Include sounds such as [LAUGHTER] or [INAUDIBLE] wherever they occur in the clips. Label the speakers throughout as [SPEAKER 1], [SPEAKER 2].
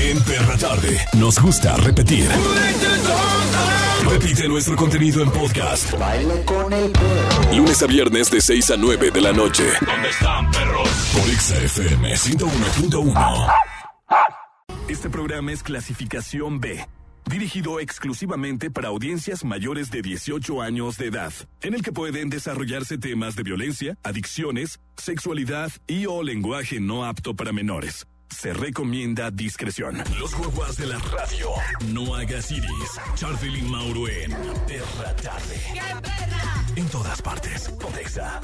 [SPEAKER 1] En Perra Tarde nos gusta repetir. Repite nuestro contenido en podcast. Lunes a viernes de 6 a 9 de la noche. ¿Dónde están, perros? Por Exa FM 101.1. Este programa es clasificación B. Dirigido exclusivamente para audiencias mayores de 18 años de edad, en el que pueden desarrollarse temas de violencia, adicciones, sexualidad y o lenguaje no apto para menores. Se recomienda discreción. Los guaguas de la radio. No hagas iris. Charlie Mauro en Perra Tarde. En todas partes. Pontexa.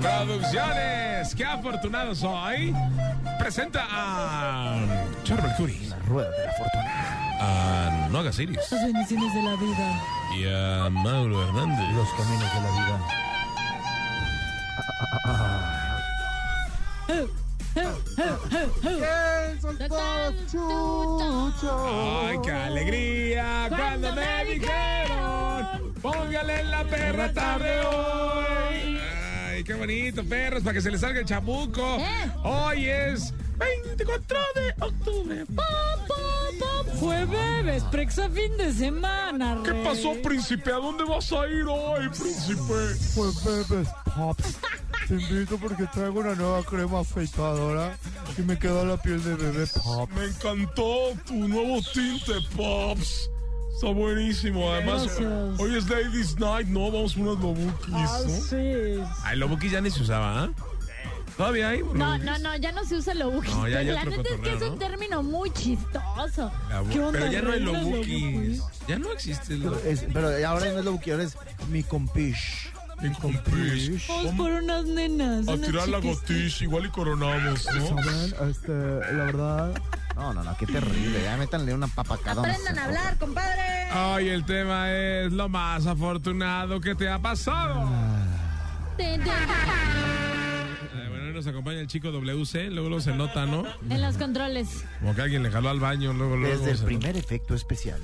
[SPEAKER 2] Producciones, qué afortunado soy. Presenta a Charbel Curry,
[SPEAKER 3] rueda de la fortuna.
[SPEAKER 2] a Noga Siris
[SPEAKER 4] Las bendiciones de la vida.
[SPEAKER 2] y a Mauro Hernández.
[SPEAKER 3] Los caminos de la vida.
[SPEAKER 2] Ay, qué alegría cuando me dijeron, póngale la perra tarde hoy. Ay, qué bonito, perros, para que se les salga el chamuco. Hoy es 24 de octubre.
[SPEAKER 4] Pam, pam, pam. Fue bebés, prexa fin de semana.
[SPEAKER 2] ¿Qué
[SPEAKER 4] rey.
[SPEAKER 2] pasó, príncipe? ¿A dónde vas a ir hoy, príncipe?
[SPEAKER 3] Pues bebes pops. Te invito porque traigo una nueva crema afeitadora y me queda la piel de bebé pop.
[SPEAKER 2] Me encantó tu nuevo tinte, Pops. Está buenísimo. Además,
[SPEAKER 4] Gracias.
[SPEAKER 2] hoy es Ladies Night, ¿no? Vamos a unas Lobukis,
[SPEAKER 4] Ah,
[SPEAKER 2] ¿no?
[SPEAKER 4] sí.
[SPEAKER 2] Ay, Lobukis Ah, ya ni se usaba, ¿ah? Todavía hay.
[SPEAKER 5] No, no, no, ya no se usa lo buki.
[SPEAKER 2] No, ya hay
[SPEAKER 5] la
[SPEAKER 2] otro
[SPEAKER 5] neta es que
[SPEAKER 2] cotorreo,
[SPEAKER 5] es
[SPEAKER 2] ¿no?
[SPEAKER 5] un término muy chistoso.
[SPEAKER 4] ¿Qué onda,
[SPEAKER 2] Pero ya no hay
[SPEAKER 4] reglas
[SPEAKER 2] Lobukis.
[SPEAKER 4] Lobukis?
[SPEAKER 2] Ya no existe el
[SPEAKER 3] Es- pero ahora no es lo que ahora es mi compish.
[SPEAKER 2] Lobukis.
[SPEAKER 4] Vamos por unas nenas.
[SPEAKER 2] A
[SPEAKER 4] unas
[SPEAKER 2] tirar la
[SPEAKER 4] chiquis.
[SPEAKER 2] gotish, igual y coronamos, ¿no?
[SPEAKER 3] ¿Saben? Este, la verdad. No, no, no, qué terrible. Ya métanle una papacada.
[SPEAKER 5] Aprendan a hablar, compadre.
[SPEAKER 2] Ay, el tema es lo más afortunado que te ha pasado.
[SPEAKER 5] Tin, tin.
[SPEAKER 2] Eh, bueno, hoy nos acompaña el chico WC, luego, luego se nota, ¿no?
[SPEAKER 5] En los controles.
[SPEAKER 2] Como que alguien le jaló al baño, luego, luego.
[SPEAKER 3] Desde el
[SPEAKER 2] se nota.
[SPEAKER 3] primer efecto especial.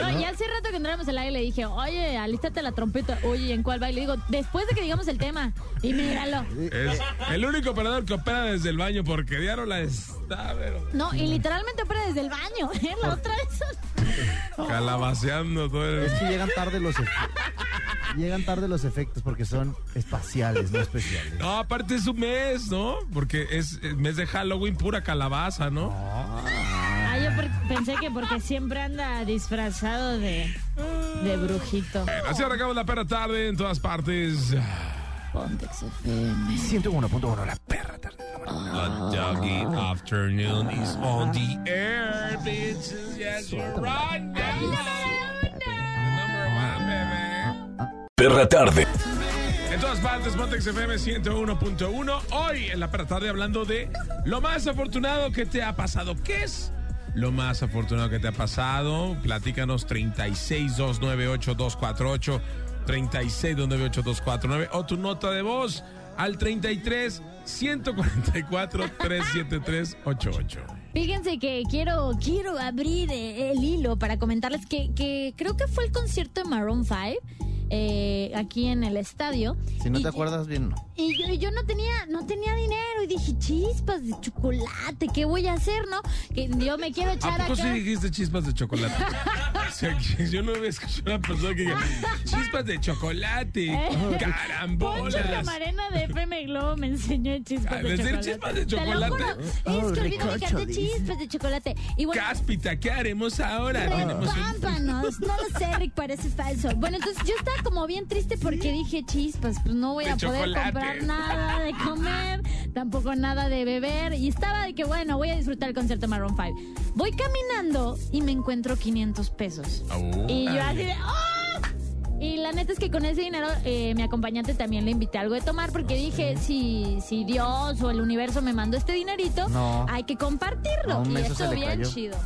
[SPEAKER 5] No, y hace rato que entramos al aire le dije, oye, alístate la trompeta. Oye, ¿y ¿en cuál baile? Digo, después de que digamos el tema. Y míralo.
[SPEAKER 2] Es el único operador que opera desde el baño porque Diario la está, pero
[SPEAKER 5] No, y literalmente opera desde el baño. [LAUGHS] ¿eh? La otra vez.
[SPEAKER 2] calabaceando todo el...
[SPEAKER 3] Es que llegan tarde los efectos. Llegan tarde los efectos
[SPEAKER 6] Pues
[SPEAKER 3] porque son espaciales, no especiales.
[SPEAKER 2] No, aparte es un mes, ¿no? Porque es el mes de Halloween pura calabaza, ¿no?
[SPEAKER 5] Ah, yo por- pensé que porque siempre anda disfrazado de, de brujito.
[SPEAKER 2] Bueno, así arrancamos la perra tarde en todas partes.
[SPEAKER 3] 101.1 la perra tarde.
[SPEAKER 2] The doggy afternoon is on the air, bitches. Yes, you're right now.
[SPEAKER 1] Perra Tarde.
[SPEAKER 2] En todas partes, Montex FM 101.1. Hoy en la perra tarde hablando de lo más afortunado que te ha pasado. ¿Qué es lo más afortunado que te ha pasado? Platícanos 36298248, 36298249 o tu nota de voz al 33 144 37388.
[SPEAKER 5] Fíjense que quiero, quiero abrir eh, el hilo para comentarles que, que creo que fue el concierto de Maroon 5 eh, aquí en el estadio.
[SPEAKER 3] Si no
[SPEAKER 5] Y-
[SPEAKER 3] te acuerdas bien, no.
[SPEAKER 5] Y yo, y yo no tenía, no tenía dinero y dije, chispas de chocolate, ¿qué voy a hacer, no? Que yo me
[SPEAKER 3] Ah,
[SPEAKER 5] quiero
[SPEAKER 2] ¿A
[SPEAKER 5] echar
[SPEAKER 2] poco
[SPEAKER 3] pues
[SPEAKER 5] acá.
[SPEAKER 2] sí dijiste chispas de
[SPEAKER 5] [LAUGHS]
[SPEAKER 2] chocolate? O sea, que yo no había escuchado a una persona que diga chispas de chocolate,
[SPEAKER 5] Eh. Poncho
[SPEAKER 2] carambolas.
[SPEAKER 5] Camarena de FM Globo me enseñó chispas
[SPEAKER 2] Ay,
[SPEAKER 5] de
[SPEAKER 2] decir Ah,
[SPEAKER 5] chocolate.
[SPEAKER 2] chispas de
[SPEAKER 5] Te lo juro,
[SPEAKER 2] chocolate.
[SPEAKER 5] es que
[SPEAKER 3] Oh,
[SPEAKER 5] olvido mi
[SPEAKER 3] ricocho,
[SPEAKER 5] canción de
[SPEAKER 3] dice.
[SPEAKER 5] chispas de chocolate. Y bueno,
[SPEAKER 2] Cáspita, ¿qué haremos ahora? Tenemos un-
[SPEAKER 5] Pámpanos, no lo sé, Rick, parece falso. Bueno, entonces yo estaba como bien triste porque dije, chispas, pues no voy
[SPEAKER 2] De
[SPEAKER 5] a poder
[SPEAKER 2] chocolate.
[SPEAKER 5] comprar nada de comer, tampoco nada de beber. Y estaba de que, bueno, voy a disfrutar el concierto de Maroon 5. Voy caminando y me encuentro 500 pesos.
[SPEAKER 3] Uh,
[SPEAKER 2] Oh.
[SPEAKER 5] Y yo así de, ¡oh! Y la neta es que con ese dinero eh, mi acompañante también le invité algo de tomar
[SPEAKER 3] Ah,
[SPEAKER 5] porque dije, si, si Dios o el universo me mandó este dinerito,
[SPEAKER 3] No.
[SPEAKER 5] hay que compartirlo.
[SPEAKER 3] No,
[SPEAKER 5] y
[SPEAKER 3] eso se
[SPEAKER 5] estuvo
[SPEAKER 3] le
[SPEAKER 5] bien
[SPEAKER 3] cayó.
[SPEAKER 5] chido.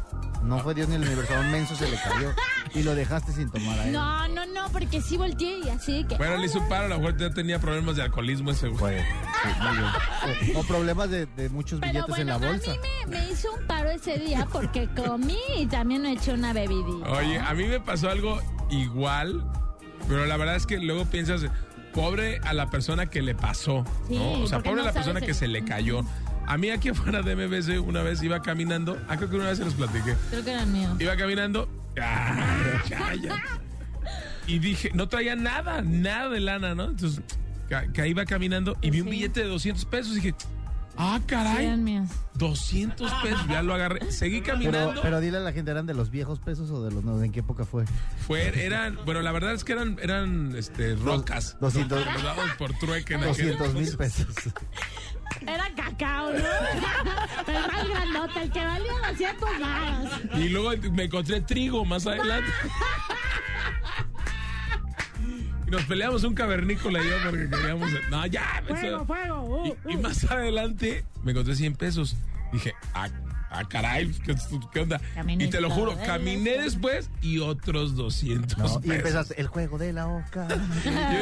[SPEAKER 3] No fue Dios ni el universo, a un menso se le cayó y lo dejaste sin tomar a él.
[SPEAKER 5] No, no, no, porque sí volteé y así de que.
[SPEAKER 2] Bueno, le hizo un paro, a lo mejor ya tenía problemas de alcoholismo ese güey.
[SPEAKER 3] Puede. Sí, muy bien. O, o problemas de, de muchos
[SPEAKER 5] Pero
[SPEAKER 3] billetes
[SPEAKER 5] bueno,
[SPEAKER 3] en la bolsa.
[SPEAKER 5] a mí me, me hizo un paro ese día
[SPEAKER 2] [LAUGHS]
[SPEAKER 5] porque comí y también me eché una
[SPEAKER 2] Oh.
[SPEAKER 5] bebidita.
[SPEAKER 2] Oye, a mí me pasó algo igual, pero la verdad es que luego piensas, pobre a la persona que le pasó,
[SPEAKER 5] Sí,
[SPEAKER 2] ¿no? O sea,
[SPEAKER 5] porque
[SPEAKER 2] pobre a
[SPEAKER 5] no
[SPEAKER 2] la persona
[SPEAKER 5] sabes
[SPEAKER 2] que
[SPEAKER 5] el-
[SPEAKER 2] se le cayó. A mí aquí afuera de MBC una vez iba caminando, ah, creo que una vez se los platiqué.
[SPEAKER 5] Creo que eran míos.
[SPEAKER 2] Iba caminando. ¡Ah, calla! Y dije, no traía nada, nada de lana, ¿no? Entonces, ca- ca- iba caminando y vi un
[SPEAKER 5] Sí.
[SPEAKER 2] billete de 200 pesos y dije, ¡ah,
[SPEAKER 5] Eran
[SPEAKER 2] caray!
[SPEAKER 5] míos.
[SPEAKER 2] 200 pesos, ya lo agarré. Seguí
[SPEAKER 6] Pero,
[SPEAKER 2] caminando.
[SPEAKER 6] pero dile a la gente, ¿eran de los viejos pesos o de los nuevos? ¿En qué época fue?
[SPEAKER 2] Fue, eran, bueno, la verdad es que eran, eran este, rocas.
[SPEAKER 6] 200
[SPEAKER 2] Nos daban por trueque en aquel
[SPEAKER 6] 200 mil pesos.
[SPEAKER 5] Era cacao, ¿no? [LAUGHS] el más grandote, el que valía 200 varos.
[SPEAKER 2] Y luego me encontré trigo más adelante. Y nos peleamos un cavernícola y yo porque queríamos. No, ya. me-
[SPEAKER 5] uh,
[SPEAKER 2] y, y más adelante me encontré 100 pesos. Dije, ah, ah, caray, ¿qué, qué onda?
[SPEAKER 5] Caminé
[SPEAKER 2] y te lo juro,
[SPEAKER 5] todo el
[SPEAKER 2] caminé
[SPEAKER 5] este.
[SPEAKER 2] después y otros 200
[SPEAKER 6] No, y
[SPEAKER 2] pesos.
[SPEAKER 6] empezaste el juego de
[SPEAKER 2] [LAUGHS]
[SPEAKER 6] la oca.
[SPEAKER 2] Yo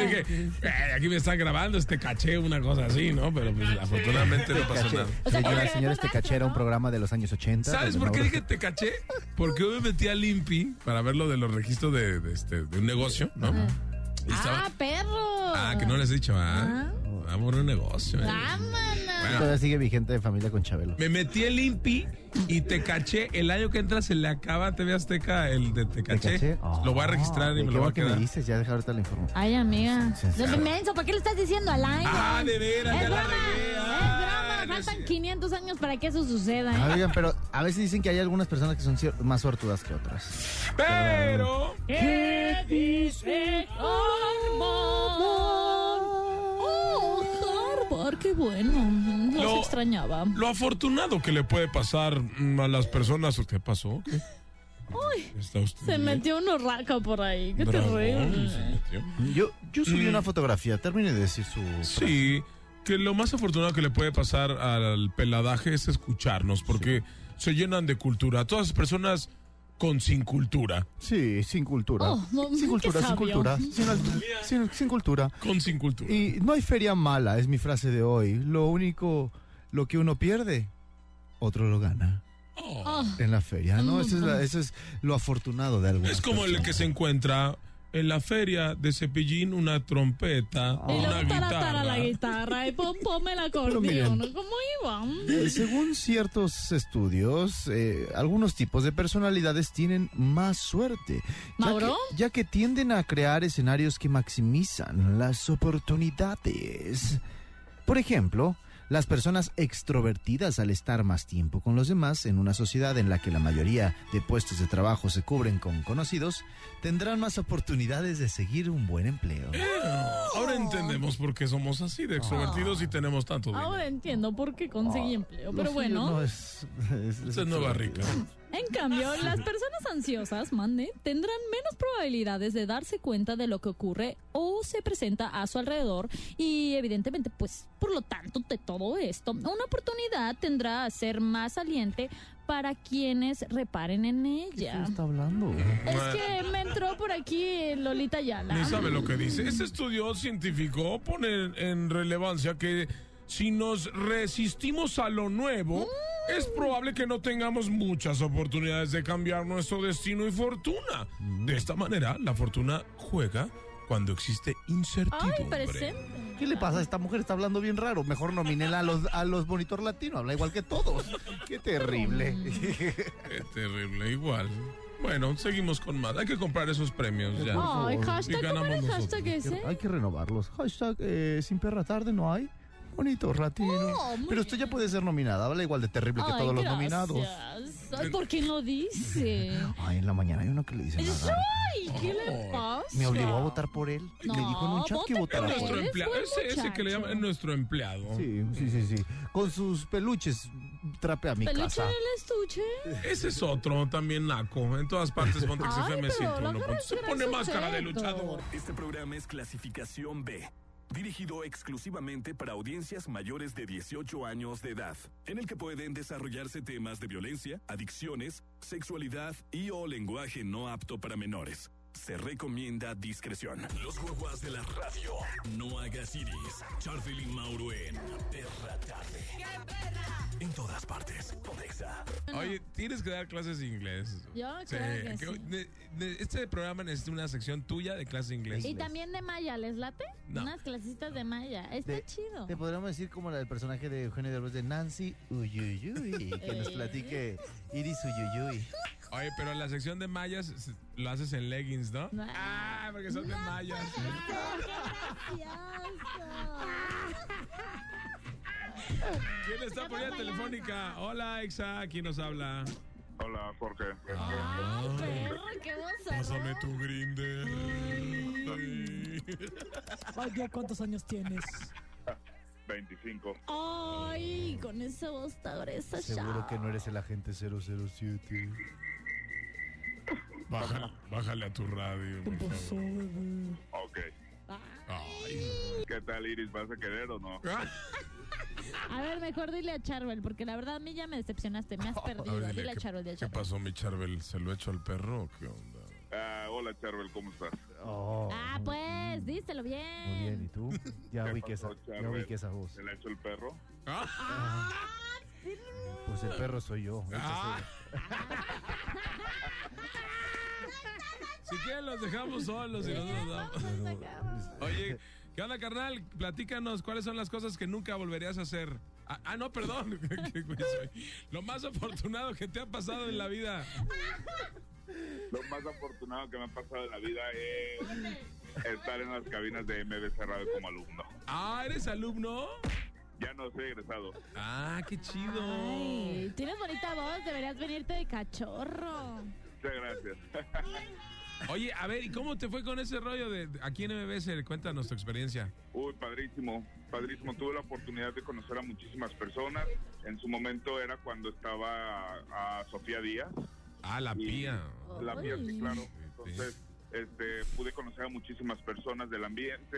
[SPEAKER 2] dije, "Eh, aquí me están grabando este caché, una cosa así, ¿no? Pero pues, afortunadamente no pasó
[SPEAKER 6] Caché.
[SPEAKER 2] nada.
[SPEAKER 5] O sea,
[SPEAKER 6] Señoras,
[SPEAKER 5] que-
[SPEAKER 6] señores, te cachera este un programa de los años 80.
[SPEAKER 2] ¿Sabes
[SPEAKER 6] donde
[SPEAKER 2] por qué
[SPEAKER 6] Mauro-
[SPEAKER 2] dije te caché? Porque yo me metí al Impi para ver lo de los registros de, de este, de un negocio, ¿no? Y estaba-
[SPEAKER 5] ¡Ah, perro!
[SPEAKER 2] ah, que no les he dicho, ah. Ah, por un negocio. eh.
[SPEAKER 5] ¡Vámonos!
[SPEAKER 2] Bueno,
[SPEAKER 6] Todavía sigue vigente de familia con Chabelo.
[SPEAKER 2] Ah. me metí al Impi y te caché. El año que entra se le acaba a TV Azteca el de te
[SPEAKER 6] ¿Te
[SPEAKER 2] caché.
[SPEAKER 6] caché?
[SPEAKER 2] lo voy a
[SPEAKER 6] Oh,
[SPEAKER 2] registrar y
[SPEAKER 6] ¿de
[SPEAKER 2] me
[SPEAKER 6] qué
[SPEAKER 2] lo voy
[SPEAKER 6] va
[SPEAKER 2] a
[SPEAKER 6] que me
[SPEAKER 2] quedar.
[SPEAKER 6] dices? Ya deja ahorita la información.
[SPEAKER 5] Ay, amiga.
[SPEAKER 6] Sí, sí,
[SPEAKER 5] No,
[SPEAKER 6] sí.
[SPEAKER 5] menso, ¿para qué le estás diciendo al aire?
[SPEAKER 2] Ah, de veras,
[SPEAKER 5] Es
[SPEAKER 2] ya la
[SPEAKER 5] broma,
[SPEAKER 2] regué.
[SPEAKER 5] es
[SPEAKER 2] Ah,
[SPEAKER 5] broma.
[SPEAKER 2] no es
[SPEAKER 5] Faltan
[SPEAKER 2] cierto.
[SPEAKER 5] 500 años para que eso suceda. ¿eh?
[SPEAKER 6] Ah, Oigan, pero a veces dicen que hay algunas personas que son cier- más sortudas que otras.
[SPEAKER 2] Pero.
[SPEAKER 4] ¿Qué dice?
[SPEAKER 5] Oh, Harvard, qué bueno. Los
[SPEAKER 2] Lo-
[SPEAKER 5] extrañaba.
[SPEAKER 2] Lo afortunado que le puede pasar mm, a las personas. ¿Qué pasó? ¿Qué? ¿Está usted
[SPEAKER 5] Se
[SPEAKER 2] bien?
[SPEAKER 5] metió una raca por ahí. Qué
[SPEAKER 2] Dragón,
[SPEAKER 5] terrible.
[SPEAKER 2] se metió.
[SPEAKER 6] Yo, yo subí una fotografía, termine de decir su...
[SPEAKER 2] Mm. Sí, que lo más afortunado que le puede pasar al peladaje es escucharnos, porque se llenan de cultura. Todas las personas con sin cultura.
[SPEAKER 6] Sí, sin cultura.
[SPEAKER 5] Oh, no,
[SPEAKER 6] sin
[SPEAKER 5] qué
[SPEAKER 6] cultura, sin
[SPEAKER 5] sabio. [LAUGHS]
[SPEAKER 6] cultura. Sin, al- sin- sin cultura.
[SPEAKER 2] Con sin cultura.
[SPEAKER 6] Y no hay feria mala, es mi frase de hoy. Lo único, lo que uno pierde, otro lo gana.
[SPEAKER 2] Oh.
[SPEAKER 6] En la feria, ¿no? Eso es, la- eso es lo afortunado de algo.
[SPEAKER 2] Es como el que se encuentra en la feria de Cepillín una trompeta,
[SPEAKER 5] Y
[SPEAKER 2] una
[SPEAKER 5] luego tara, tara la
[SPEAKER 2] guitarra.
[SPEAKER 5] guitarra y pom pom el
[SPEAKER 6] miren.
[SPEAKER 5] acordeón. ¿Cómo iba?
[SPEAKER 6] Eh, Según ciertos estudios, eh, algunos tipos de personalidades tienen más suerte. ya
[SPEAKER 5] ¿Mauro?
[SPEAKER 6] que- Ya que, tienden a crear escenarios que maximizan las oportunidades. Por ejemplo, las personas extrovertidas al estar más tiempo con los demás en una sociedad en la que la mayoría de puestos de trabajo se cubren con conocidos, tendrán más oportunidades de seguir un buen empleo.
[SPEAKER 2] Ahora entendemos por qué somos así
[SPEAKER 5] Ah.
[SPEAKER 2] de extrovertidos y tenemos tanto dinero.
[SPEAKER 5] Ahora entiendo por qué conseguí empleo, pero
[SPEAKER 6] Ah, Lo suyo
[SPEAKER 5] bueno.
[SPEAKER 6] no es- es-
[SPEAKER 2] Esa es Nueva Rica.
[SPEAKER 5] En cambio, las personas ansiosas, mande, tendrán menos probabilidades de darse cuenta de lo que ocurre o se presenta a su alrededor y evidentemente, pues, por lo tanto, de todo esto, una oportunidad tendrá a ser más saliente para quienes reparen en ella.
[SPEAKER 6] está hablando?
[SPEAKER 5] Es que me entró por aquí Lolita
[SPEAKER 2] Ni
[SPEAKER 5] Yala.
[SPEAKER 2] sabe lo que dice. Este estudio científico pone en relevancia que si nos resistimos a lo nuevo,
[SPEAKER 5] Mm.
[SPEAKER 2] es probable que no tengamos muchas oportunidades de cambiar nuestro destino y fortuna.
[SPEAKER 5] Mm.
[SPEAKER 2] De esta manera, la fortuna juega cuando existe
[SPEAKER 5] Ay,
[SPEAKER 2] incertidumbre.
[SPEAKER 5] presente.
[SPEAKER 6] ¿Qué le pasa a esta mujer? Está hablando bien raro. Mejor nominela a los, a los monitor latino. Habla igual que todos. Qué terrible.
[SPEAKER 2] Qué terrible, igual. Bueno, seguimos con más. Hay que comprar esos premios ya.
[SPEAKER 5] Ay,
[SPEAKER 6] favor.
[SPEAKER 5] hashtag,
[SPEAKER 2] Y
[SPEAKER 5] ¿cómo
[SPEAKER 2] ganamos
[SPEAKER 5] era el
[SPEAKER 2] nosotros.
[SPEAKER 5] hashtag ese?
[SPEAKER 6] Hay que renovarlos. Hashtag eh, sin perra tarde no hay. Monitor latino.
[SPEAKER 5] Oh, muy
[SPEAKER 6] Pero usted ya puede ser nominada. Habla igual de terrible que
[SPEAKER 5] Ay,
[SPEAKER 6] todos los
[SPEAKER 5] gracias.
[SPEAKER 6] nominados.
[SPEAKER 5] Ay, ¿por qué no dice?
[SPEAKER 6] Ay, en la mañana hay uno que le dice nada.
[SPEAKER 5] ¡Ay! ¿Qué le pasa?
[SPEAKER 6] Me obligó a votar por él.
[SPEAKER 5] No,
[SPEAKER 6] me dijo en un chat que
[SPEAKER 5] voten
[SPEAKER 6] votara
[SPEAKER 5] por
[SPEAKER 2] Nuestro
[SPEAKER 6] por él.
[SPEAKER 5] Eres
[SPEAKER 2] empleado,
[SPEAKER 5] buen
[SPEAKER 2] ese, ese que le
[SPEAKER 5] muchacho.
[SPEAKER 2] llaman nuestro empleado.
[SPEAKER 6] Sí, sí, sí, sí. Con sus peluches trapea mi
[SPEAKER 5] ¿Peluche
[SPEAKER 6] casa.
[SPEAKER 5] del estuche?
[SPEAKER 2] Ese es otro también naco. En todas partes Pontex
[SPEAKER 5] Ay,
[SPEAKER 2] FM
[SPEAKER 5] pero
[SPEAKER 2] 101.
[SPEAKER 5] lo agarras
[SPEAKER 2] Se pone
[SPEAKER 5] gracias,
[SPEAKER 2] máscara de
[SPEAKER 5] Beto.
[SPEAKER 2] luchador.
[SPEAKER 1] Este programa es clasificación B, dirigido exclusivamente para audiencias mayores de 18 años de edad, en el que pueden desarrollarse temas de violencia, adicciones, sexualidad y o lenguaje no apto para menores. Se recomienda discreción. Los guaguas de la radio. No hagas iris. Charlie y Mauro en Perra Tarde. En todas partes. Pontexa.
[SPEAKER 2] Oye, tienes que dar clases de inglés.
[SPEAKER 5] Yo creo que sí.
[SPEAKER 2] ne- ne- Este programa necesita una sección tuya de clases de inglés.
[SPEAKER 5] Y también de Maya, ¿les late?
[SPEAKER 2] No.
[SPEAKER 5] Unas clasecitas de Maya. Está
[SPEAKER 6] De-
[SPEAKER 5] chido.
[SPEAKER 6] Te podríamos decir como la del personaje de Eugenio Derbez de Nancy Uyuyuy, que
[SPEAKER 5] [LAUGHS] Eh.
[SPEAKER 6] nos platique Iris Uyuyuy.
[SPEAKER 2] Oye, pero la sección de mallas s- lo haces en leggings, ¿no?
[SPEAKER 5] No.
[SPEAKER 2] Ah, porque son de mallas. ¿Quién está por allá telefónica? Hola, Exa, aquí nos habla.
[SPEAKER 7] Hola, Jorge.
[SPEAKER 5] Ay, perro, qué
[SPEAKER 2] Pásame
[SPEAKER 5] gozadera.
[SPEAKER 2] tu grinder.
[SPEAKER 4] Oye, ¿cuántos años tienes?
[SPEAKER 7] 25.
[SPEAKER 5] Ay, con esa voz tan gruesa,
[SPEAKER 6] Seguro
[SPEAKER 5] chao.
[SPEAKER 6] que no eres el agente 007.
[SPEAKER 2] Bájale, bájale a tu radio, por favor.
[SPEAKER 7] Ok.
[SPEAKER 2] Ay.
[SPEAKER 7] ¿Qué tal, Iris? ¿Vas a querer o no?
[SPEAKER 5] A ver, mejor dile a Charvel, porque la verdad a mí ya me decepcionaste, me has
[SPEAKER 2] A
[SPEAKER 5] perdido.
[SPEAKER 2] ver,
[SPEAKER 5] Dile
[SPEAKER 2] dile,
[SPEAKER 5] a
[SPEAKER 2] ¿qué,
[SPEAKER 5] Charvel, dile a
[SPEAKER 2] qué
[SPEAKER 5] Charvel.
[SPEAKER 2] pasó, mi Charbel? ¿Se lo echo al perro o qué onda?
[SPEAKER 7] Ah, hola, Charvel, ¿cómo estás?
[SPEAKER 6] Oh,
[SPEAKER 5] Ah, pues, díselo
[SPEAKER 6] muy bien, ¿y
[SPEAKER 5] bien.
[SPEAKER 6] tú? Ya [LAUGHS]
[SPEAKER 7] ¿Qué
[SPEAKER 6] ubiqué esa,
[SPEAKER 7] pasó,
[SPEAKER 6] ya
[SPEAKER 7] Charbel?
[SPEAKER 6] ubiqué esa voz.
[SPEAKER 7] ¿Se le ha hecho el perro?
[SPEAKER 6] Pues el perro soy yo.
[SPEAKER 2] Ah. Si quieren, los dejamos solos y no nos damos. Oye, ¿qué onda, carnal? Platícanos cuáles son las cosas que nunca volverías a hacer. Ah, ah, no, perdón. [LAUGHS] Qué güey soy. Lo más afortunado que te ha pasado en la vida.
[SPEAKER 7] Lo más afortunado que me ha pasado en la vida es estar en las cabinas de MBC Radio como alumno.
[SPEAKER 2] Ah, ¿eres alumno?
[SPEAKER 7] Ya no soy egresado.
[SPEAKER 2] Ah, qué chido.
[SPEAKER 5] Ay, tienes bonita voz, deberías venirte de cachorro.
[SPEAKER 7] Muchas gracias. [LAUGHS]
[SPEAKER 2] Oye, a ver, ¿y cómo te fue con ese rollo de de aquí en MBS? Cuéntanos tu experiencia.
[SPEAKER 7] Uy, padrísimo, padrísimo. Tuve la oportunidad de conocer a muchísimas personas. En su momento era cuando estaba a Sofía Díaz.
[SPEAKER 2] Ah, la pía.
[SPEAKER 7] La
[SPEAKER 5] Ay.
[SPEAKER 7] mía, sí, claro. Entonces, este, pude conocer a muchísimas personas del ambiente,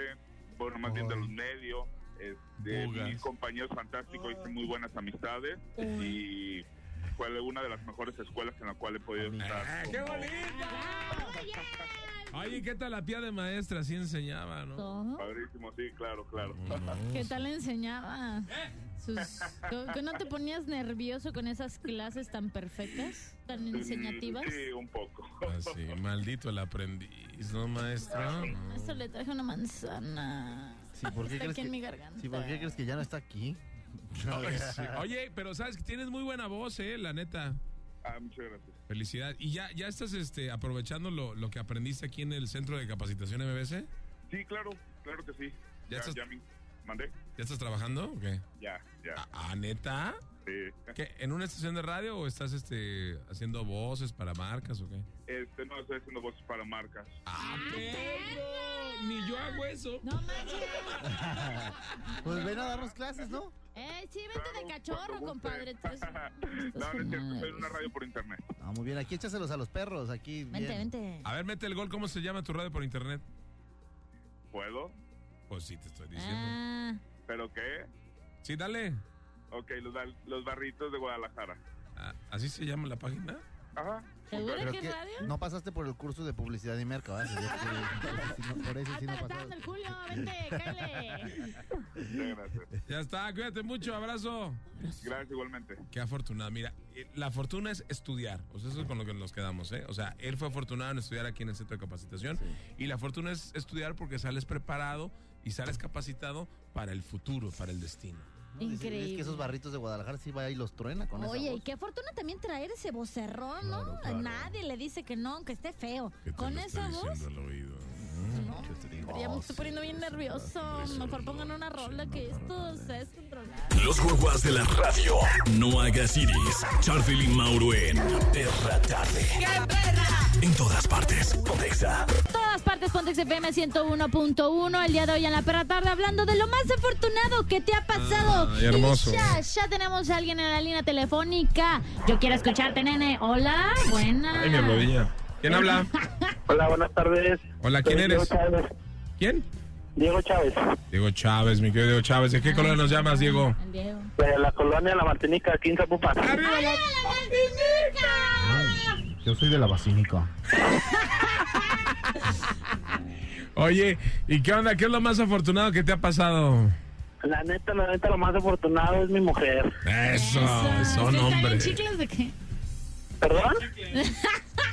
[SPEAKER 7] bueno, más bien de los medios. Este,
[SPEAKER 2] Bugas.
[SPEAKER 7] mis compañeros fantásticos, hice muy buenas amistades y fue una de las mejores escuelas en la cual he podido estar.
[SPEAKER 2] Ah, ¡Qué
[SPEAKER 7] como
[SPEAKER 5] Ah,
[SPEAKER 2] bonita! Oye, ¿qué tal la pía de maestra? Sí enseñaba, ¿no?
[SPEAKER 5] Todo.
[SPEAKER 7] Padrísimo, sí, claro, claro.
[SPEAKER 5] [LAUGHS] ¿Qué tal le enseñaba? Sus- ¿Que no te ponías nervioso con esas clases tan perfectas, tan enseñativas?
[SPEAKER 7] Sí, un poco.
[SPEAKER 2] Así, maldito el aprendiz, ¿no, maestra?
[SPEAKER 5] Eso le traje una manzana.
[SPEAKER 6] Sí, ¿por qué
[SPEAKER 5] Está
[SPEAKER 6] crees
[SPEAKER 5] aquí en mi
[SPEAKER 6] que,
[SPEAKER 5] garganta.
[SPEAKER 6] sí, ¿por qué crees que ya no está aquí? [LAUGHS]
[SPEAKER 2] Oye, pero sabes que tienes muy buena voz, ¿eh? La neta.
[SPEAKER 7] Ah, muchas gracias.
[SPEAKER 2] Felicidad. ¿Y ya, ya estás este, aprovechando lo, lo que aprendiste aquí en el Centro de Capacitación MBC?
[SPEAKER 7] Sí, claro, claro que sí.
[SPEAKER 2] Ya
[SPEAKER 7] Ya,
[SPEAKER 2] estás-
[SPEAKER 7] ya me mandé.
[SPEAKER 2] ¿Ya estás trabajando o qué?
[SPEAKER 7] Ya, ya.
[SPEAKER 2] Ah, ¿neta?
[SPEAKER 7] sí.
[SPEAKER 2] ¿Qué, ¿En una estación de radio o estás este, haciendo voces para marcas o qué?
[SPEAKER 7] Este, no estoy haciendo voces para marcas.
[SPEAKER 2] ¡Ah, perro! Ni yo hago eso.
[SPEAKER 5] No manches.
[SPEAKER 6] Pues ven a darnos clases, ¿no?
[SPEAKER 5] Eh, sí, vete de
[SPEAKER 7] Claro,
[SPEAKER 5] cachorro,
[SPEAKER 7] cuando
[SPEAKER 5] compadre.
[SPEAKER 7] guste.
[SPEAKER 5] Estás-
[SPEAKER 7] [LAUGHS] no,
[SPEAKER 5] estás
[SPEAKER 7] no es cierto,
[SPEAKER 5] mal.
[SPEAKER 7] soy una radio por internet.
[SPEAKER 6] Ah, muy bien, aquí échaselos a los perros, aquí.
[SPEAKER 5] Vente,
[SPEAKER 6] bien. Ah,
[SPEAKER 5] vente.
[SPEAKER 2] A ver, mete el gol. ¿Cómo se llama tu radio por internet?
[SPEAKER 7] ¿Puedo?
[SPEAKER 2] Pues sí, te estoy diciendo.
[SPEAKER 5] Ah,
[SPEAKER 7] ¿Pero qué?
[SPEAKER 2] Sí, dale.
[SPEAKER 7] Ok, los, da- los barritos de Guadalajara.
[SPEAKER 2] Ah, ¿Así se llama la página?
[SPEAKER 7] Ajá.
[SPEAKER 5] ¿Seguro
[SPEAKER 6] Pero
[SPEAKER 5] que
[SPEAKER 6] que
[SPEAKER 5] es radio?
[SPEAKER 6] no pasaste por el curso de publicidad y merca, ¿verdad? [LAUGHS] Sí, sí, no, por eso
[SPEAKER 5] Ah,
[SPEAKER 6] sí no
[SPEAKER 5] está
[SPEAKER 6] pasaste.
[SPEAKER 5] retando el Julio, vente, cállate.
[SPEAKER 7] Muchas gracias.
[SPEAKER 2] Ya está, cuídate mucho, abrazo.
[SPEAKER 7] Gracias igualmente.
[SPEAKER 2] Qué afortunado. Mira, eh, la fortuna es estudiar. O sea, eso es con lo que nos quedamos, ¿eh? O sea, él fue afortunado en estudiar aquí en el centro de capacitación. Y la fortuna es estudiar porque sales preparado y sales capacitado para el futuro, para el destino.
[SPEAKER 5] Increíble.
[SPEAKER 6] Es que esos barritos de Guadalajara sí va y los truena [LAUGHS] con esa
[SPEAKER 5] Oye, y
[SPEAKER 6] voz.
[SPEAKER 5] qué fortuna también traer ese vocerrón, ¿no?
[SPEAKER 6] Claro, claro.
[SPEAKER 5] Nadie le dice que no, aunque esté feo. Con esa voz,
[SPEAKER 2] "Oh,
[SPEAKER 5] ya me estoy poniendo bien nervioso. Mejor pongan una rola que esto se es controlado.
[SPEAKER 1] Los guaguas de la radio. No hagas iris. Charlie y Mauro en Perra Tarde. En todas partes. Pontexa.
[SPEAKER 5] Todas partes, Pontex FM 101.1. El día de hoy en la perra tarde hablando de lo más afortunado que te ha pasado.
[SPEAKER 2] Ay, Ah, hermoso.
[SPEAKER 5] Y ya, ya tenemos a alguien en la línea telefónica. Yo quiero escucharte, nene. Hola, buena.
[SPEAKER 2] ¿Quién habla?
[SPEAKER 8] Hola, buenas tardes.
[SPEAKER 2] Hola, ¿quién
[SPEAKER 8] Soy
[SPEAKER 2] eres?
[SPEAKER 8] Diego Chávez.
[SPEAKER 2] ¿Quién?
[SPEAKER 8] Diego Chávez,
[SPEAKER 2] Diego Chávez, mi querido Diego Chávez. ¿De qué color nos llamas, Diego?
[SPEAKER 5] El Diego.
[SPEAKER 8] de la colonia La Martinica, 15 Pupas.
[SPEAKER 2] ¡Arriba, la-
[SPEAKER 6] Yo soy de la basínica.
[SPEAKER 2] Oye, ¿y qué onda? ¿Qué es lo más afortunado que te ha pasado?
[SPEAKER 8] La neta, la neta, lo más afortunado es mi mujer.
[SPEAKER 2] Eso,
[SPEAKER 5] Esa,
[SPEAKER 2] son
[SPEAKER 5] ¿usted está bien
[SPEAKER 2] hombres.
[SPEAKER 5] chicles de qué?
[SPEAKER 8] ¿Perdón?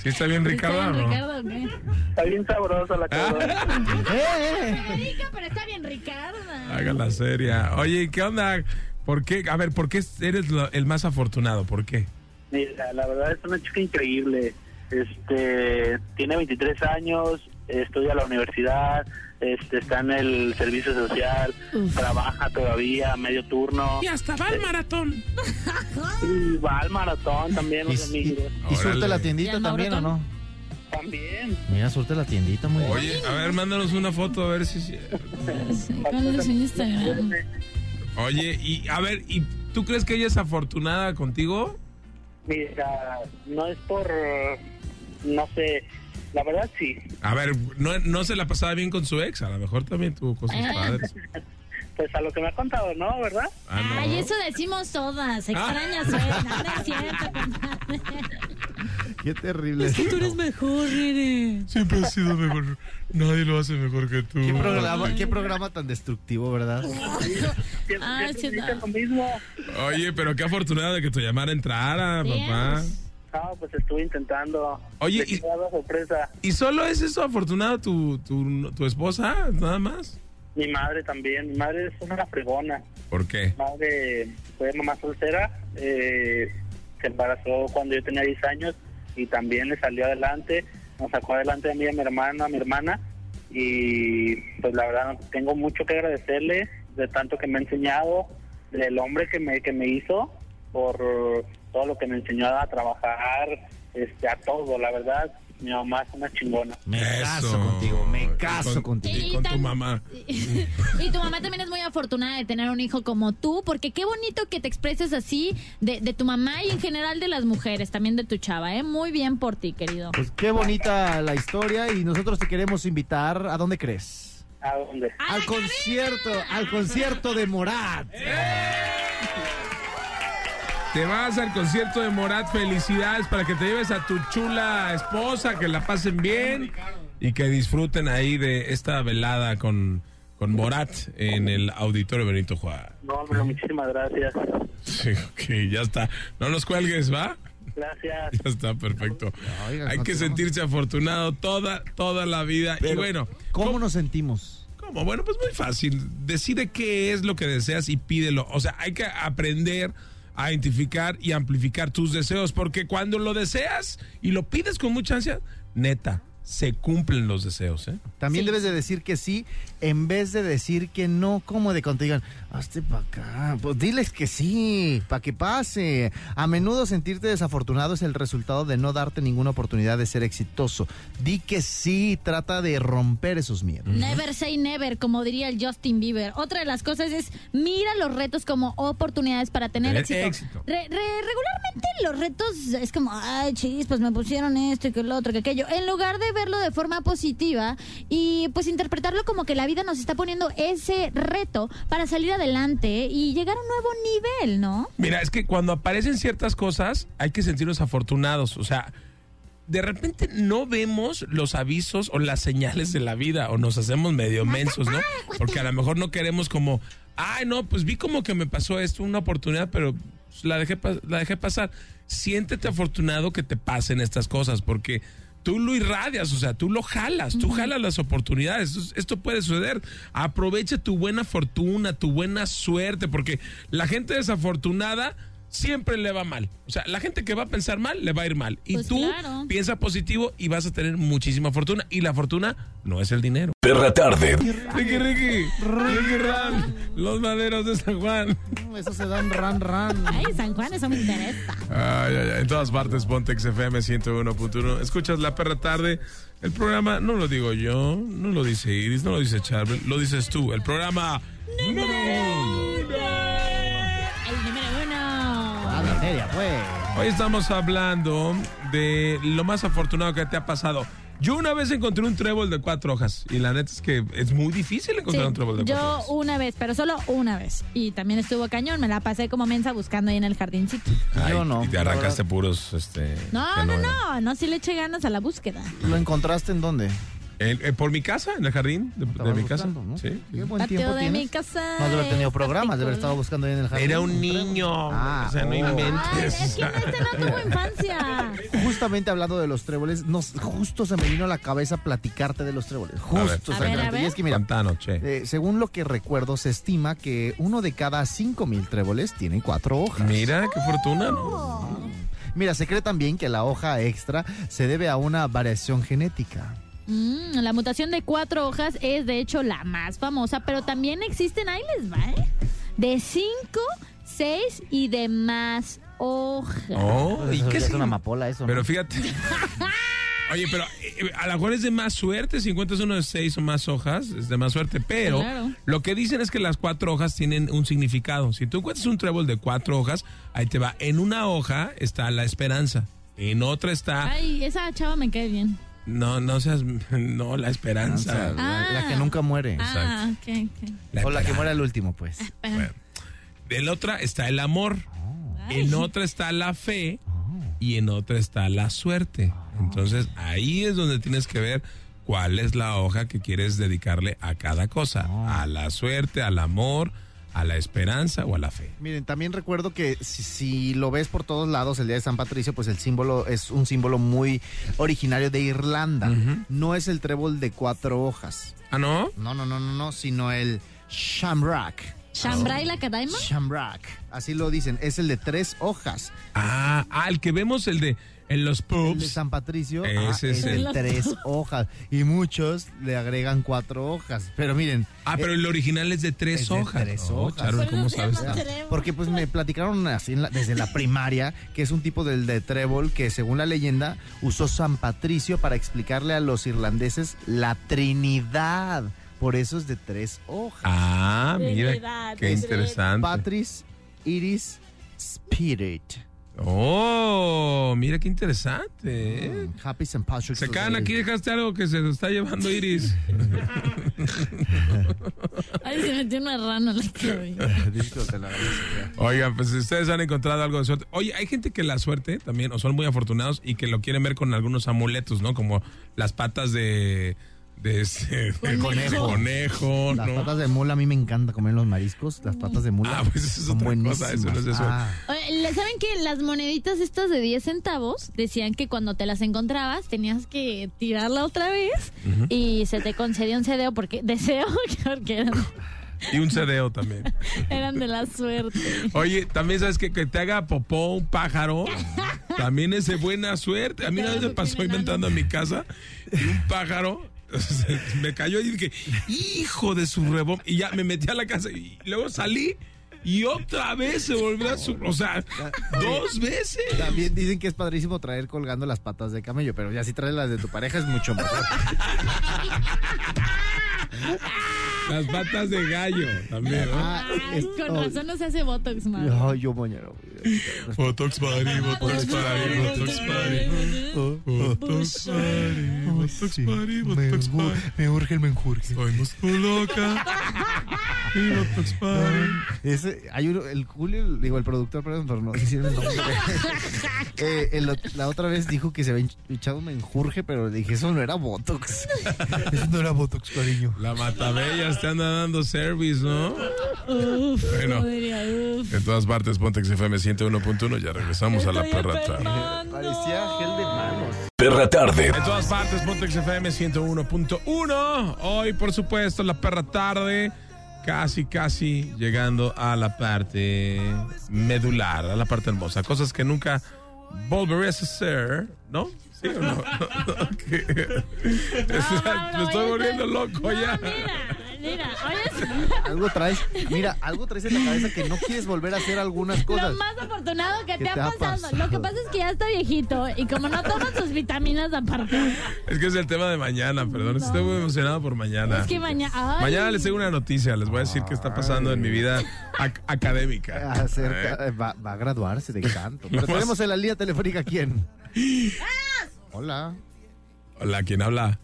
[SPEAKER 2] ¿Sí está bien Ricardo?
[SPEAKER 5] ¿Está
[SPEAKER 2] o
[SPEAKER 5] bien
[SPEAKER 2] no?
[SPEAKER 5] Ricardo o qué?
[SPEAKER 8] Está bien sabrosa
[SPEAKER 2] [LAUGHS]
[SPEAKER 8] la cosa.
[SPEAKER 5] Erika, pero está bien Ricardo.
[SPEAKER 2] Hágala seria. Oye, ¿y ¿qué onda? ¿Por qué? A ver, ¿por qué eres lo- el más afortunado? ¿Por qué?
[SPEAKER 8] Mira, la verdad es una chica increíble. Este, tiene 23 años, estudia en la universidad, este, está en el servicio social, trabaja todavía a medio turno
[SPEAKER 2] hasta va el maratón.
[SPEAKER 8] [LAUGHS] y va al maratón también,
[SPEAKER 6] ¿Y,
[SPEAKER 8] los
[SPEAKER 6] y,
[SPEAKER 8] amigos.
[SPEAKER 6] y suelta
[SPEAKER 2] Órale.
[SPEAKER 6] la
[SPEAKER 5] ¿Y
[SPEAKER 6] tiendita
[SPEAKER 5] el
[SPEAKER 6] también o no?
[SPEAKER 5] Mauretón?
[SPEAKER 8] También.
[SPEAKER 6] Mira, suelta la tiendita, muy bien.
[SPEAKER 2] Oye, a ver, mándanos una foto a ver si... es cierto.
[SPEAKER 5] Con los en Instagram.
[SPEAKER 2] Oye, y a ver, ¿y tú crees que ella es afortunada contigo?
[SPEAKER 8] Mira, no es por, no sé, la verdad sí,
[SPEAKER 2] A ver, no, no se la pasaba bien con su ex, a lo mejor también tuvo cosas
[SPEAKER 5] Ah.
[SPEAKER 2] padres.
[SPEAKER 8] pues a lo que me ha contado, ¿no? ¿Verdad?
[SPEAKER 2] Ah, no.
[SPEAKER 5] Ay, eso decimos
[SPEAKER 2] Ah.
[SPEAKER 5] todas. Extrañas, eh. No, no es cierto, compadre.
[SPEAKER 6] Qué terrible.
[SPEAKER 4] Tú eres mejor, Rere.
[SPEAKER 2] Siempre ha sido mejor. Nadie lo hace mejor que tú.
[SPEAKER 6] ¿Qué programa, qué programa tan destructivo, ¿verdad? [LAUGHS]
[SPEAKER 8] Siempre,
[SPEAKER 5] Ah,
[SPEAKER 8] siempre me
[SPEAKER 5] sí,
[SPEAKER 8] dicen
[SPEAKER 5] no.
[SPEAKER 8] lo mismo.
[SPEAKER 2] Oye, pero qué afortunado de que tu llamada entrara,
[SPEAKER 5] Sí,
[SPEAKER 2] papá.
[SPEAKER 5] pues.
[SPEAKER 8] No, pues estuve intentando.
[SPEAKER 2] Oye,
[SPEAKER 8] Me
[SPEAKER 2] y-
[SPEAKER 8] quedé a la sorpresa.
[SPEAKER 2] ¿Y solo es eso afortunado tu, tu, tu esposa? ¿Nada más?
[SPEAKER 8] Mi madre también, mi madre es una fregona.
[SPEAKER 2] ¿Por qué?
[SPEAKER 8] Mi madre fue mamá soltera, eh, se embarazó cuando yo tenía 10 años y también le salió adelante, nos sacó adelante a mí y a mi hermano, a mi hermana y pues la verdad tengo mucho que agradecerle de tanto que me ha enseñado, del hombre que me, que me hizo, por todo lo que me enseñó a trabajar, este, a todo, la verdad, mi mamá es una chingona.
[SPEAKER 6] Me
[SPEAKER 2] Eso.
[SPEAKER 6] caso contigo, me caso
[SPEAKER 2] Con-
[SPEAKER 6] contigo.
[SPEAKER 2] Y con tu mamá.
[SPEAKER 5] pues, [LAUGHS] Y tu mamá también es muy afortunada de tener un hijo como tú, porque qué bonito que te expreses así de, de tu mamá y en general de las mujeres, también de tu chava, ¿eh? Muy bien por ti, querido.
[SPEAKER 6] Pues qué bonita la historia y nosotros te queremos invitar. ¿A dónde crees?
[SPEAKER 8] ¿A dónde?
[SPEAKER 5] ¡A
[SPEAKER 6] al
[SPEAKER 5] la
[SPEAKER 6] concierto, al concierto de Morat.
[SPEAKER 2] Eh, Te vas al concierto de Morat, felicidades para que te lleves a tu chula esposa, que la pasen bien y que disfruten ahí de esta velada con, con Morat en el auditorio Benito Juárez.
[SPEAKER 8] No, pero muchísimas gracias.
[SPEAKER 2] Sí, ok, ya está. No nos cuelgues, ¿va?
[SPEAKER 8] Gracias.
[SPEAKER 2] Ya está, perfecto.
[SPEAKER 6] Oiga,
[SPEAKER 2] Hay que
[SPEAKER 6] continuamos.
[SPEAKER 2] sentirse afortunado toda, toda la vida. y
[SPEAKER 6] Pero,
[SPEAKER 2] bueno,
[SPEAKER 6] ¿Cómo nos sentimos?
[SPEAKER 2] ¿Cómo? Bueno, pues muy fácil. Decide qué es lo que deseas y pídelo. O sea, hay que aprender a identificar y amplificar tus deseos, porque cuando lo deseas y lo pides con mucha ansia, neta, se cumplen los deseos, ¿eh?
[SPEAKER 6] También
[SPEAKER 5] Sí.
[SPEAKER 6] debes de decir que sí en vez de decir que no, como de cuando te digan, hazte para acá. Pues diles que sí, para que pase. A menudo sentirte desafortunado es el resultado de no darte ninguna oportunidad de ser exitoso. Di que sí, trata de romper esos miedos.
[SPEAKER 5] Never say never, como diría el Justin Bieber. Otra de las cosas es mira los retos como oportunidades para tener
[SPEAKER 2] Tener
[SPEAKER 5] éxito.
[SPEAKER 2] éxito.
[SPEAKER 5] Re- re- regularmente los retos es como, ay, chis, pues me pusieron esto y que lo otro, que aquello. En lugar de verlo de forma positiva y pues interpretarlo como que la vida nos está poniendo ese reto para salir adelante y llegar a un nuevo nivel, ¿no?
[SPEAKER 2] Mira, es que cuando aparecen ciertas cosas, hay que sentirnos afortunados. O sea, de repente no vemos los avisos o las señales de la vida o nos hacemos medio mensos, ¿no? Porque a lo mejor no queremos como, ay, no, pues vi como que me pasó esto, una oportunidad, pero pues, la dejé, pas- la dejé pasar. Siéntete afortunado que te pasen estas cosas porque tú lo irradias, o sea, tú lo jalas, tú jalas las oportunidades. Esto, esto puede suceder. Aprovecha tu buena fortuna, tu buena suerte, porque la gente desafortunada siempre le va mal. O sea, la gente que va a pensar mal, le va a ir mal. Y
[SPEAKER 5] Pues
[SPEAKER 2] tú
[SPEAKER 5] claro.
[SPEAKER 2] piensa positivo y vas a tener muchísima fortuna. Y la fortuna no es el dinero.
[SPEAKER 1] Perra tarde.
[SPEAKER 2] Ricky, Ricky, Ricky Ram, los maderos de San Juan.
[SPEAKER 6] Mm, Eso se dan ran, ran.
[SPEAKER 5] Ay, San Juan, eso me interesa.
[SPEAKER 2] Ay, ay, ay. En todas partes, Pontex FM 101.1. Escuchas La Perra Tarde. El programa, no lo digo yo, no lo dice Iris, no lo dice Charvel, lo dices tú. El programa número uno.
[SPEAKER 5] El número uno.
[SPEAKER 6] A
[SPEAKER 2] Mm.
[SPEAKER 6] la media, pues.
[SPEAKER 2] Hoy estamos hablando de lo más afortunado que te ha pasado. Yo una vez encontré un trébol de cuatro hojas y la neta es que es muy difícil
[SPEAKER 5] Sí,
[SPEAKER 2] encontrar un trébol de cuatro
[SPEAKER 5] yo
[SPEAKER 2] hojas.
[SPEAKER 5] una vez, pero solo una vez. Y también estuvo cañón, me la pasé como mensa buscando ahí en el jardincito.
[SPEAKER 2] Ay,
[SPEAKER 6] Yo no.
[SPEAKER 2] Y te arrancaste puros, este...
[SPEAKER 5] No,
[SPEAKER 2] que
[SPEAKER 5] no,
[SPEAKER 2] eran.
[SPEAKER 5] no, no, sí le eché ganas a la búsqueda.
[SPEAKER 6] ¿Lo encontraste en dónde?
[SPEAKER 2] El- eh, por mi casa, en el jardín de, de mi casa.
[SPEAKER 6] buscando, ¿no?
[SPEAKER 2] Sí.
[SPEAKER 6] Qué buen
[SPEAKER 5] Patio
[SPEAKER 6] tiempo
[SPEAKER 5] de
[SPEAKER 6] tienes.
[SPEAKER 5] mi casa.
[SPEAKER 6] No has de haber tenido
[SPEAKER 5] está
[SPEAKER 6] programas, de haber estado
[SPEAKER 5] picola.
[SPEAKER 6] buscando ahí en el jardín.
[SPEAKER 2] Era un
[SPEAKER 6] Encontré-
[SPEAKER 2] niño.
[SPEAKER 6] Ah,
[SPEAKER 2] o sea, no
[SPEAKER 6] oh.
[SPEAKER 5] Ay,
[SPEAKER 2] inventes.
[SPEAKER 5] es que en este no tuvo
[SPEAKER 6] [LAUGHS]
[SPEAKER 5] infancia.
[SPEAKER 6] Justamente hablando de los tréboles, nos, justo se me vino a la cabeza platicarte de los tréboles. Justo
[SPEAKER 5] A
[SPEAKER 6] se me
[SPEAKER 5] ver, a
[SPEAKER 6] vino.
[SPEAKER 5] ver.
[SPEAKER 2] [LAUGHS]
[SPEAKER 6] Y es que mira,
[SPEAKER 2] Pantano, che.
[SPEAKER 6] eh, según lo que recuerdo, se estima que uno de cada cinco mil tréboles tiene cuatro hojas.
[SPEAKER 2] Mira, qué fortuna. ¿no?
[SPEAKER 6] Mira, se cree también que la hoja extra se debe a una variación genética.
[SPEAKER 5] Mm, la mutación de cuatro hojas es de hecho la más famosa, pero también existen, ahí les va, ¿eh? De cinco, seis y demás hojas.
[SPEAKER 2] Oh, ¿y qué
[SPEAKER 6] Eso ya es
[SPEAKER 2] significa?
[SPEAKER 6] una amapola eso.
[SPEAKER 2] Pero
[SPEAKER 5] [LAUGHS]
[SPEAKER 6] ¿no?
[SPEAKER 2] fíjate. Oye, pero eh, a lo mejor es de más suerte. Si encuentras uno de seis o más hojas, es de más suerte. Pero
[SPEAKER 5] Claro.
[SPEAKER 2] lo que dicen es que las cuatro hojas tienen un significado. Si tú encuentras un trébol de cuatro hojas, ahí te va. En una hoja está la esperanza. En otra está.
[SPEAKER 5] Ay, esa chava me cae bien.
[SPEAKER 2] No, no seas. [LAUGHS] No, la esperanza.
[SPEAKER 6] O sea, la- la,
[SPEAKER 5] Ah.
[SPEAKER 6] que nunca muere.
[SPEAKER 5] Ah, ok, ok.
[SPEAKER 2] La
[SPEAKER 6] o la que
[SPEAKER 2] esperanza.
[SPEAKER 6] muere al último, pues.
[SPEAKER 2] En otra está el amor. En otra está la fe. Y en otra está la suerte. Entonces ahí es donde tienes que ver cuál es la hoja que quieres dedicarle a cada cosa. A la suerte, al amor, a la esperanza o a la fe.
[SPEAKER 6] Miren, también recuerdo que si, si lo ves por todos lados el día de San Patricio, pues el símbolo es un símbolo muy originario de Irlanda. No es el trébol de cuatro hojas.
[SPEAKER 2] ¿Ah, no?
[SPEAKER 6] No, no, no, no, no, sino el shamrock.
[SPEAKER 5] ¿Shambra y la Cadaima?
[SPEAKER 6] Shamrock. Así lo dicen. Es el de tres hojas.
[SPEAKER 2] Ah, ah, el que vemos, el de en los
[SPEAKER 6] El de
[SPEAKER 2] pubs.
[SPEAKER 6] San Patricio
[SPEAKER 2] Ese
[SPEAKER 6] ah,
[SPEAKER 2] es
[SPEAKER 6] es
[SPEAKER 2] el-
[SPEAKER 6] de tres hojas. Y muchos le agregan cuatro hojas. Pero miren.
[SPEAKER 2] Ah, pero el original es de tres
[SPEAKER 6] es de
[SPEAKER 2] hojas.
[SPEAKER 6] tres
[SPEAKER 2] Oh,
[SPEAKER 6] hojas.
[SPEAKER 2] Charol,
[SPEAKER 6] Pero
[SPEAKER 2] ¿cómo
[SPEAKER 5] no se
[SPEAKER 2] sabes?
[SPEAKER 5] llama
[SPEAKER 2] tanto?
[SPEAKER 5] trébol.
[SPEAKER 6] Porque pues me platicaron así en la- desde la primaria que es un tipo del de trébol que según la leyenda usó San Patricio para explicarle a los irlandeses la Trinidad. Por eso es de tres hojas.
[SPEAKER 2] Ah, mira,
[SPEAKER 5] Trinidad,
[SPEAKER 2] qué
[SPEAKER 5] Trinidad.
[SPEAKER 2] interesante.
[SPEAKER 6] Patris, Iris, Spirit.
[SPEAKER 2] Oh, mira qué interesante. ¿eh?
[SPEAKER 6] Mm, Happy St. Patrick's
[SPEAKER 2] Se caen
[SPEAKER 6] Day.
[SPEAKER 2] aquí, dejaste algo que se lo está llevando Iris. [LAUGHS]
[SPEAKER 5] Ay, se metió una rana en la cabeza.
[SPEAKER 6] Disco, te lo agradezco.
[SPEAKER 2] Oigan, pues si ustedes han encontrado algo de suerte. Oye, hay gente que la suerte también, o son muy afortunados y que lo quieren ver con algunos amuletos, ¿no? Como las patas de. de este. de
[SPEAKER 6] Conejo.
[SPEAKER 2] [LAUGHS] conejo,
[SPEAKER 6] Las
[SPEAKER 2] ¿no?
[SPEAKER 6] patas de mula, a mí me encanta comer los mariscos. Las patas de mula
[SPEAKER 2] Ah, pues eso es
[SPEAKER 6] son
[SPEAKER 2] otra
[SPEAKER 6] buenísimas.
[SPEAKER 2] cosa, eso no es de suerte.
[SPEAKER 6] Ah,
[SPEAKER 5] Oye, ¿le- ¿Saben que las moneditas estas de 10 centavos decían que cuando te las encontrabas tenías que tirarla otra vez y se te concedía un cedeo porque deseo [LAUGHS] porque eran,
[SPEAKER 2] Y un cedeo también.
[SPEAKER 5] eran de la suerte.
[SPEAKER 2] Oye, también sabes que, que te haga popó un pájaro. También es de buena suerte. A mí una vez me pasó inventando en mi casa y un pájaro [LAUGHS] se- me cayó y dije, hijo de su rebom. Y ya me metí a la casa y luego salí y otra vez se volvió a su. O sea, dos veces.
[SPEAKER 6] También dicen que es padrísimo traer colgando las patas de camello, pero ya si traes las de tu pareja es mucho mejor.
[SPEAKER 5] [LAUGHS]
[SPEAKER 2] Las patas de gallo también, ¿no?
[SPEAKER 6] Ah,
[SPEAKER 5] Ay,
[SPEAKER 6] es-
[SPEAKER 5] con
[SPEAKER 6] oh,
[SPEAKER 5] razón no se hace botox, madre.
[SPEAKER 6] Ay, yo moñero.
[SPEAKER 2] Botox Party, Botox Party, Botox Party. Botox Party, Botox Party, Botox Party.
[SPEAKER 3] me urge el menjurje.
[SPEAKER 2] Soy musculoca. Y Botox Party.
[SPEAKER 6] Ese, hay uno, el Julio, digo, el productor, perdón, pero no hicieron el nombre. Eh, el ot- la otra vez dijo que se había hinch- echado un menjurje, pero le dije, eso no era Botox.
[SPEAKER 3] Eso no era Botox, cariño.
[SPEAKER 2] La Matabellas te anda dando service, ¿no? bueno,
[SPEAKER 5] Podría, uf.
[SPEAKER 2] en todas partes, Pontex FM 101.1. Ya regresamos a la
[SPEAKER 5] Estoy
[SPEAKER 2] perra tarde.
[SPEAKER 5] enfermando.
[SPEAKER 6] Parecía gel de manos.
[SPEAKER 1] Perra tarde.
[SPEAKER 2] En todas partes, Pontex FM 101.1. Hoy, por supuesto, la perra tarde. Casi, casi llegando a la parte medular, a la parte hermosa. Cosas que nunca volverías a hacer, ¿no? ¿Sí o no? [LAUGHS] Ok.
[SPEAKER 5] Mauro,
[SPEAKER 2] [LAUGHS] Me estoy
[SPEAKER 5] oye,
[SPEAKER 2] volviendo loco ya.
[SPEAKER 5] Ah, Mira, mira, oye,
[SPEAKER 6] Algo traes, mira, algo traes en la cabeza que no quieres volver a hacer algunas
[SPEAKER 5] Lo
[SPEAKER 6] cosas.
[SPEAKER 5] más afortunado que
[SPEAKER 6] ¿Qué
[SPEAKER 5] te, ha pasado. Lo que pasa es que ya está viejito y como no toma sus vitaminas aparte,
[SPEAKER 2] Es que es el tema de mañana, perdón. Estoy muy emocionado por mañana.
[SPEAKER 5] es que mañana.
[SPEAKER 2] Mañana les tengo una noticia, les voy a decir qué está pasando en mi vida ac- académica.
[SPEAKER 5] Ah,
[SPEAKER 6] Acerca- va, va a graduarse de canto. Pero tenemos en la línea telefónica quién. Hola.
[SPEAKER 2] Hola, ¿quién habla?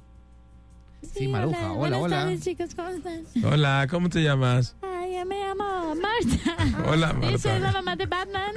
[SPEAKER 6] Sí, Maruja. Hola,
[SPEAKER 5] Buenas
[SPEAKER 6] hola.
[SPEAKER 5] tardes, chicos, ¿cómo están?
[SPEAKER 2] Hola, ¿cómo te llamas?
[SPEAKER 5] Ay, yo me llamo Marta.
[SPEAKER 2] Hola,
[SPEAKER 5] Y soy la
[SPEAKER 2] Marta.
[SPEAKER 6] Ah,
[SPEAKER 5] mamá de Batman.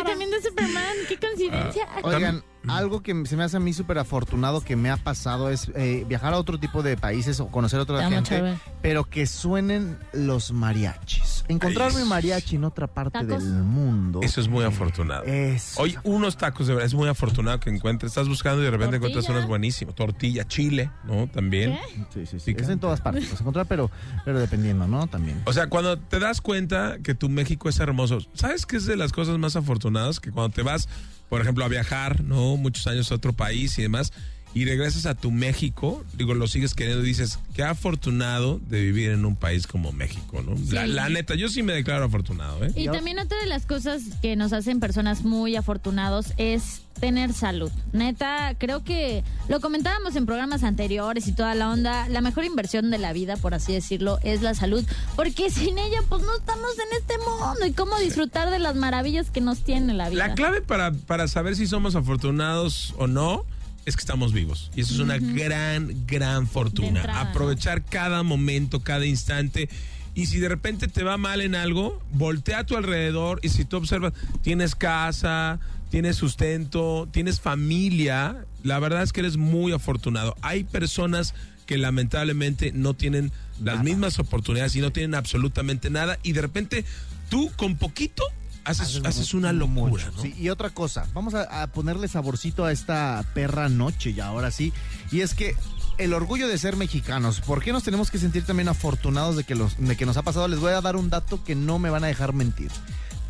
[SPEAKER 5] y también de Superman. Qué coincidencia.
[SPEAKER 6] Oigan, algo que se me hace a mí súper afortunado que me ha pasado es eh, viajar a otro tipo de países o conocer a otra
[SPEAKER 5] Te amo,
[SPEAKER 6] gente,
[SPEAKER 5] Charbel.
[SPEAKER 6] pero que suenen los mariachis. Encontrar mi mariachi en otra parte
[SPEAKER 5] Tacos.
[SPEAKER 6] del mundo.
[SPEAKER 2] Eso es muy afortunado.
[SPEAKER 6] Es-
[SPEAKER 2] Hoy unos tacos, de verdad, es muy afortunado que encuentres. Estás buscando y de repente encuentras
[SPEAKER 5] Tortilla.
[SPEAKER 2] unos buenísimos. Tortilla, chile, ¿no? También.
[SPEAKER 6] Sí, sí, sí.
[SPEAKER 2] Picante.
[SPEAKER 6] Es en todas partes. los encontrar, pero, pero dependiendo, ¿no? También.
[SPEAKER 2] O sea, cuando te das cuenta que tu México es hermoso, ¿sabes qué es de las cosas más afortunadas? Que cuando te vas, por ejemplo, a viajar, ¿no? Muchos años a otro país y demás, y regresas a tu México, digo, lo sigues queriendo y dices, qué afortunado de vivir en un país como México, ¿no? La, la neta, yo sí me declaro afortunado, ¿eh?
[SPEAKER 5] Y
[SPEAKER 6] Yo-
[SPEAKER 5] también otra de las cosas que nos hacen personas muy afortunados es tener salud. Neta, creo que lo comentábamos en programas anteriores y toda la onda, la mejor inversión de la vida, por así decirlo, es la salud, porque [LAUGHS] sin ella pues no estamos en este mundo y cómo disfrutar de las maravillas que nos tiene la vida.
[SPEAKER 2] La clave para, para saber si somos afortunados o no es que estamos vivos. Y eso es una gran, gran
[SPEAKER 5] De
[SPEAKER 2] fortuna.
[SPEAKER 5] entrada, ¿no?
[SPEAKER 2] Aprovechar cada momento, cada instante. Y si de repente te va mal en algo, voltea a tu alrededor y si tú observas, tienes casa, tienes sustento, tienes familia, la verdad es que eres muy afortunado. Hay personas que lamentablemente no tienen las mismas oportunidades y no tienen absolutamente nada y de repente tú con poquito haces, haces una locura. ¿no?
[SPEAKER 6] Sí, y otra cosa, vamos a, a ponerle saborcito a esta perra noche ya ahora sí. Y es que el orgullo de ser mexicanos, ¿por qué nos tenemos que sentir también afortunados de que, los, de que nos ha pasado? Les voy a dar un dato que no me van a dejar mentir.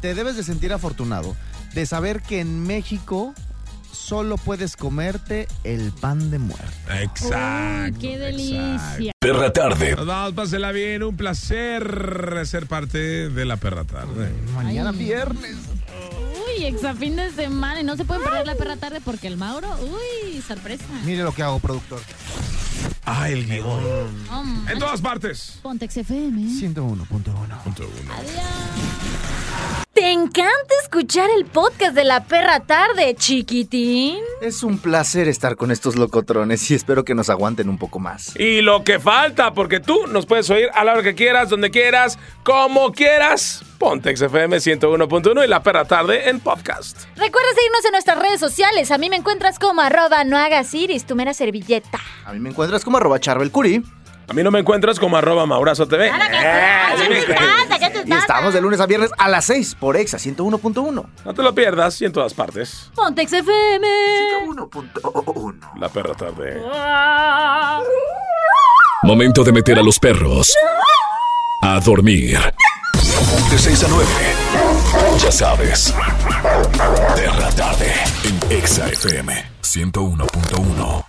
[SPEAKER 6] Te debes de sentir afortunado de saber que en México solo puedes comerte el pan de muerto.
[SPEAKER 2] Exacto.
[SPEAKER 5] Uy, qué
[SPEAKER 2] exacto.
[SPEAKER 5] delicia.
[SPEAKER 1] Perra tarde.
[SPEAKER 2] Nos vamos, pásela bien. Un placer ser parte de la perra tarde.
[SPEAKER 6] Mañana
[SPEAKER 5] Ay.
[SPEAKER 6] viernes.
[SPEAKER 5] Uy, exa fin de semana y no se pueden perder la perra tarde porque el Mauro, uy, sorpresa.
[SPEAKER 6] Mire lo que hago, productor.
[SPEAKER 2] Ah, el guión.
[SPEAKER 5] Oh, man.
[SPEAKER 2] En todas partes.
[SPEAKER 5] Ponte XFM.
[SPEAKER 6] 101.1.
[SPEAKER 9] ¿Te encanta escuchar el podcast de la perra tarde, chiquitín?
[SPEAKER 6] Es un placer estar con estos locotrones y espero que nos aguanten un poco más.
[SPEAKER 2] Y lo que falta, porque tú nos puedes oír a la hora que quieras, donde quieras, como quieras. Ponte XFM 101.1 y la perra tarde en podcast.
[SPEAKER 9] Recuerda seguirnos en nuestras redes sociales. A mí me encuentras como arroba no hagas iris, tu mera servilleta.
[SPEAKER 6] A mí me encuentras como arroba charbelcuri.
[SPEAKER 2] A mí no me encuentras como arroba Maurazo TV. Eh, sí me encuentras.
[SPEAKER 6] Y estamos de lunes a viernes a las 6 por Exa 101.1.
[SPEAKER 2] No te lo pierdas y en todas partes.
[SPEAKER 9] Ponte XFM.
[SPEAKER 2] La perra tarde.
[SPEAKER 9] Ah.
[SPEAKER 1] Momento de meter a los perros a dormir. De 6 a 9. Ya sabes. Perra tarde en Exa FM 101.1.